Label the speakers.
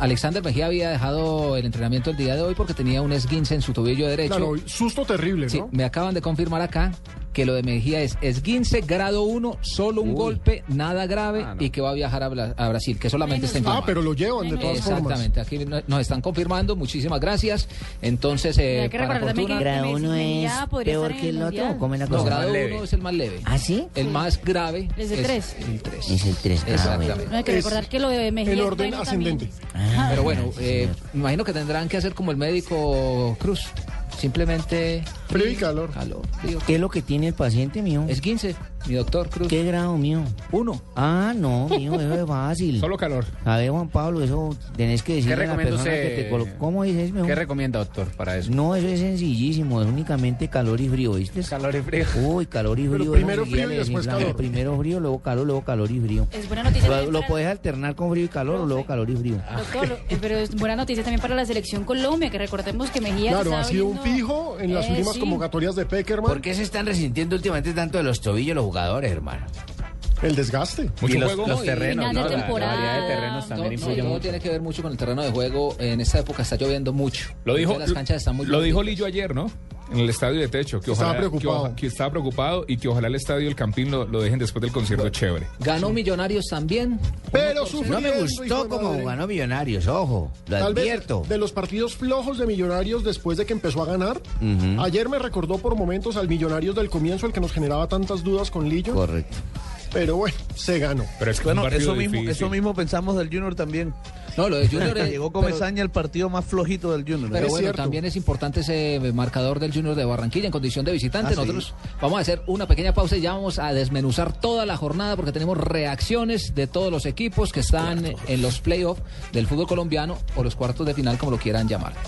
Speaker 1: Alexander Mejía había dejado el entrenamiento el día de hoy porque tenía un esguince en su tobillo derecho.
Speaker 2: Claro, susto terrible, ¿no?
Speaker 1: Sí, me acaban de confirmar acá que lo de Mejía es esguince grado 1, solo un
Speaker 3: Uy.
Speaker 1: golpe, nada grave
Speaker 3: Ah, no.
Speaker 1: y que va a viajar a, Bla- a Brasil, que solamente
Speaker 4: Menos
Speaker 1: está
Speaker 4: mal.
Speaker 2: Ah,
Speaker 1: informado.
Speaker 2: pero lo llevan de todas formas.
Speaker 1: Exactamente, aquí no- nos están confirmando, muchísimas gracias. Entonces, eh,
Speaker 4: Y hay que
Speaker 1: para
Speaker 4: recordar también
Speaker 1: fortuna,
Speaker 4: que
Speaker 3: Grado
Speaker 4: Messi-
Speaker 3: uno es
Speaker 4: Medellín podría
Speaker 3: peor
Speaker 4: estar en
Speaker 3: que
Speaker 4: el
Speaker 3: el otro.
Speaker 4: Mundial.
Speaker 3: ¿Cómo es la
Speaker 1: no,
Speaker 3: cosa?
Speaker 1: grado
Speaker 3: Leve.
Speaker 1: 1 es el más leve.
Speaker 3: ¿Ah, sí?
Speaker 1: El
Speaker 4: Sí.
Speaker 1: más grave
Speaker 4: Es el tres.
Speaker 1: el 3.
Speaker 3: Es el tres, ah,
Speaker 1: Exactamente.
Speaker 3: bueno.
Speaker 4: No hay que
Speaker 2: Es
Speaker 4: recordar que lo de Mejía
Speaker 2: el
Speaker 4: es
Speaker 2: orden
Speaker 4: bueno también.
Speaker 2: ascendente.
Speaker 3: Ah,
Speaker 1: Pero bueno,
Speaker 3: sí,
Speaker 1: eh,
Speaker 3: señor.
Speaker 1: me imagino que tendrán que hacer como el médico Cruz. Simplemente
Speaker 2: Frío y calor.
Speaker 1: calor, frío.
Speaker 3: ¿Qué es lo que tiene el paciente, mío?
Speaker 1: Es 15, mi doctor Cruz.
Speaker 3: ¿Qué grado, mío?
Speaker 1: Uno.
Speaker 3: Ah, no, mío, eso es fácil.
Speaker 5: Solo calor.
Speaker 3: A ver, Juan Pablo, eso tenés que decirle a la
Speaker 5: recomienda
Speaker 3: persona
Speaker 5: usted?
Speaker 3: que te colo- ¿Cómo dices, mijo?
Speaker 5: ¿Qué recomienda, doctor, para eso?
Speaker 3: No, eso es sencillísimo, es únicamente calor y frío, ¿viste?
Speaker 5: Calor y frío.
Speaker 3: Uy, calor y
Speaker 2: Pero
Speaker 3: frío. eso
Speaker 2: primero
Speaker 3: enseguida
Speaker 2: frío y
Speaker 3: le
Speaker 2: después
Speaker 3: desinflama.
Speaker 2: calor.
Speaker 3: Primero frío, luego calor, luego calor y frío.
Speaker 4: Es buena noticia.
Speaker 3: Lo,
Speaker 4: también
Speaker 3: lo
Speaker 4: para-
Speaker 3: puedes alternar con frío y calor, o luego calor y frío.
Speaker 4: Doctor, eh, pero es buena noticia también para la selección Colombia, que recordemos que Mejía
Speaker 2: Claro,
Speaker 4: está
Speaker 2: ha sido un
Speaker 4: abriendo-
Speaker 2: fijo en las
Speaker 4: Eh,
Speaker 2: últimas
Speaker 4: sí.
Speaker 2: convocatorias de Peckerman.
Speaker 6: ¿Por qué se están resintiendo últimamente tanto de los tobillos los jugadores, hermano?
Speaker 2: El desgaste.
Speaker 5: Mucho
Speaker 6: Y los-
Speaker 5: juego.
Speaker 6: los
Speaker 4: terrenos, Final de ¿no? La- la temporada. variedad de terrenos
Speaker 1: Todo,
Speaker 4: también
Speaker 1: no, todo tiene que ver mucho con el terreno de juego. En esta época está lloviendo mucho.
Speaker 7: Lo dijo,
Speaker 1: Entonces Las canchas están muy
Speaker 7: lo dijo
Speaker 1: blanditas.
Speaker 7: Lillo ayer, ¿no? En el estadio de techo, que
Speaker 2: Estaba
Speaker 7: ojalá,
Speaker 2: preocupado.
Speaker 7: Que, oja- que estaba preocupado y que ojalá el estadio el Campín lo, lo dejen después del concierto chévere.
Speaker 1: Ganó Millonarios también.
Speaker 2: Pero sufriendo,
Speaker 6: No me
Speaker 2: hijo de
Speaker 6: gustó como
Speaker 2: madre.
Speaker 6: ganó Millonarios, ojo, lo
Speaker 2: Tal vez
Speaker 6: advierto.
Speaker 2: de los partidos flojos de Millonarios después de que empezó a ganar. Ayer me recordó por momentos al Millonarios del comienzo, el que nos generaba tantas dudas con Lillo.
Speaker 6: Correcto.
Speaker 2: Pero bueno, se ganó.
Speaker 7: Pero es que
Speaker 8: Bueno,
Speaker 7: un partido
Speaker 8: eso mismo,
Speaker 7: difícil.
Speaker 8: eso mismo pensamos del Junior también.
Speaker 1: No, lo de Junior. eh,
Speaker 8: Llegó
Speaker 1: pero-
Speaker 8: Comesaña el partido más flojito del Junior.
Speaker 1: Pero
Speaker 2: Es
Speaker 1: bueno,
Speaker 2: cierto.
Speaker 1: también es importante ese eh, marcador del Junior de Barranquilla en condición de visitante.
Speaker 8: Ah, sí.
Speaker 1: Nosotros vamos a hacer una pequeña pausa y ya vamos a desmenuzar toda la jornada porque tenemos reacciones de todos los equipos que están en los playoffs del fútbol colombiano o los cuartos de final, como lo quieran llamar.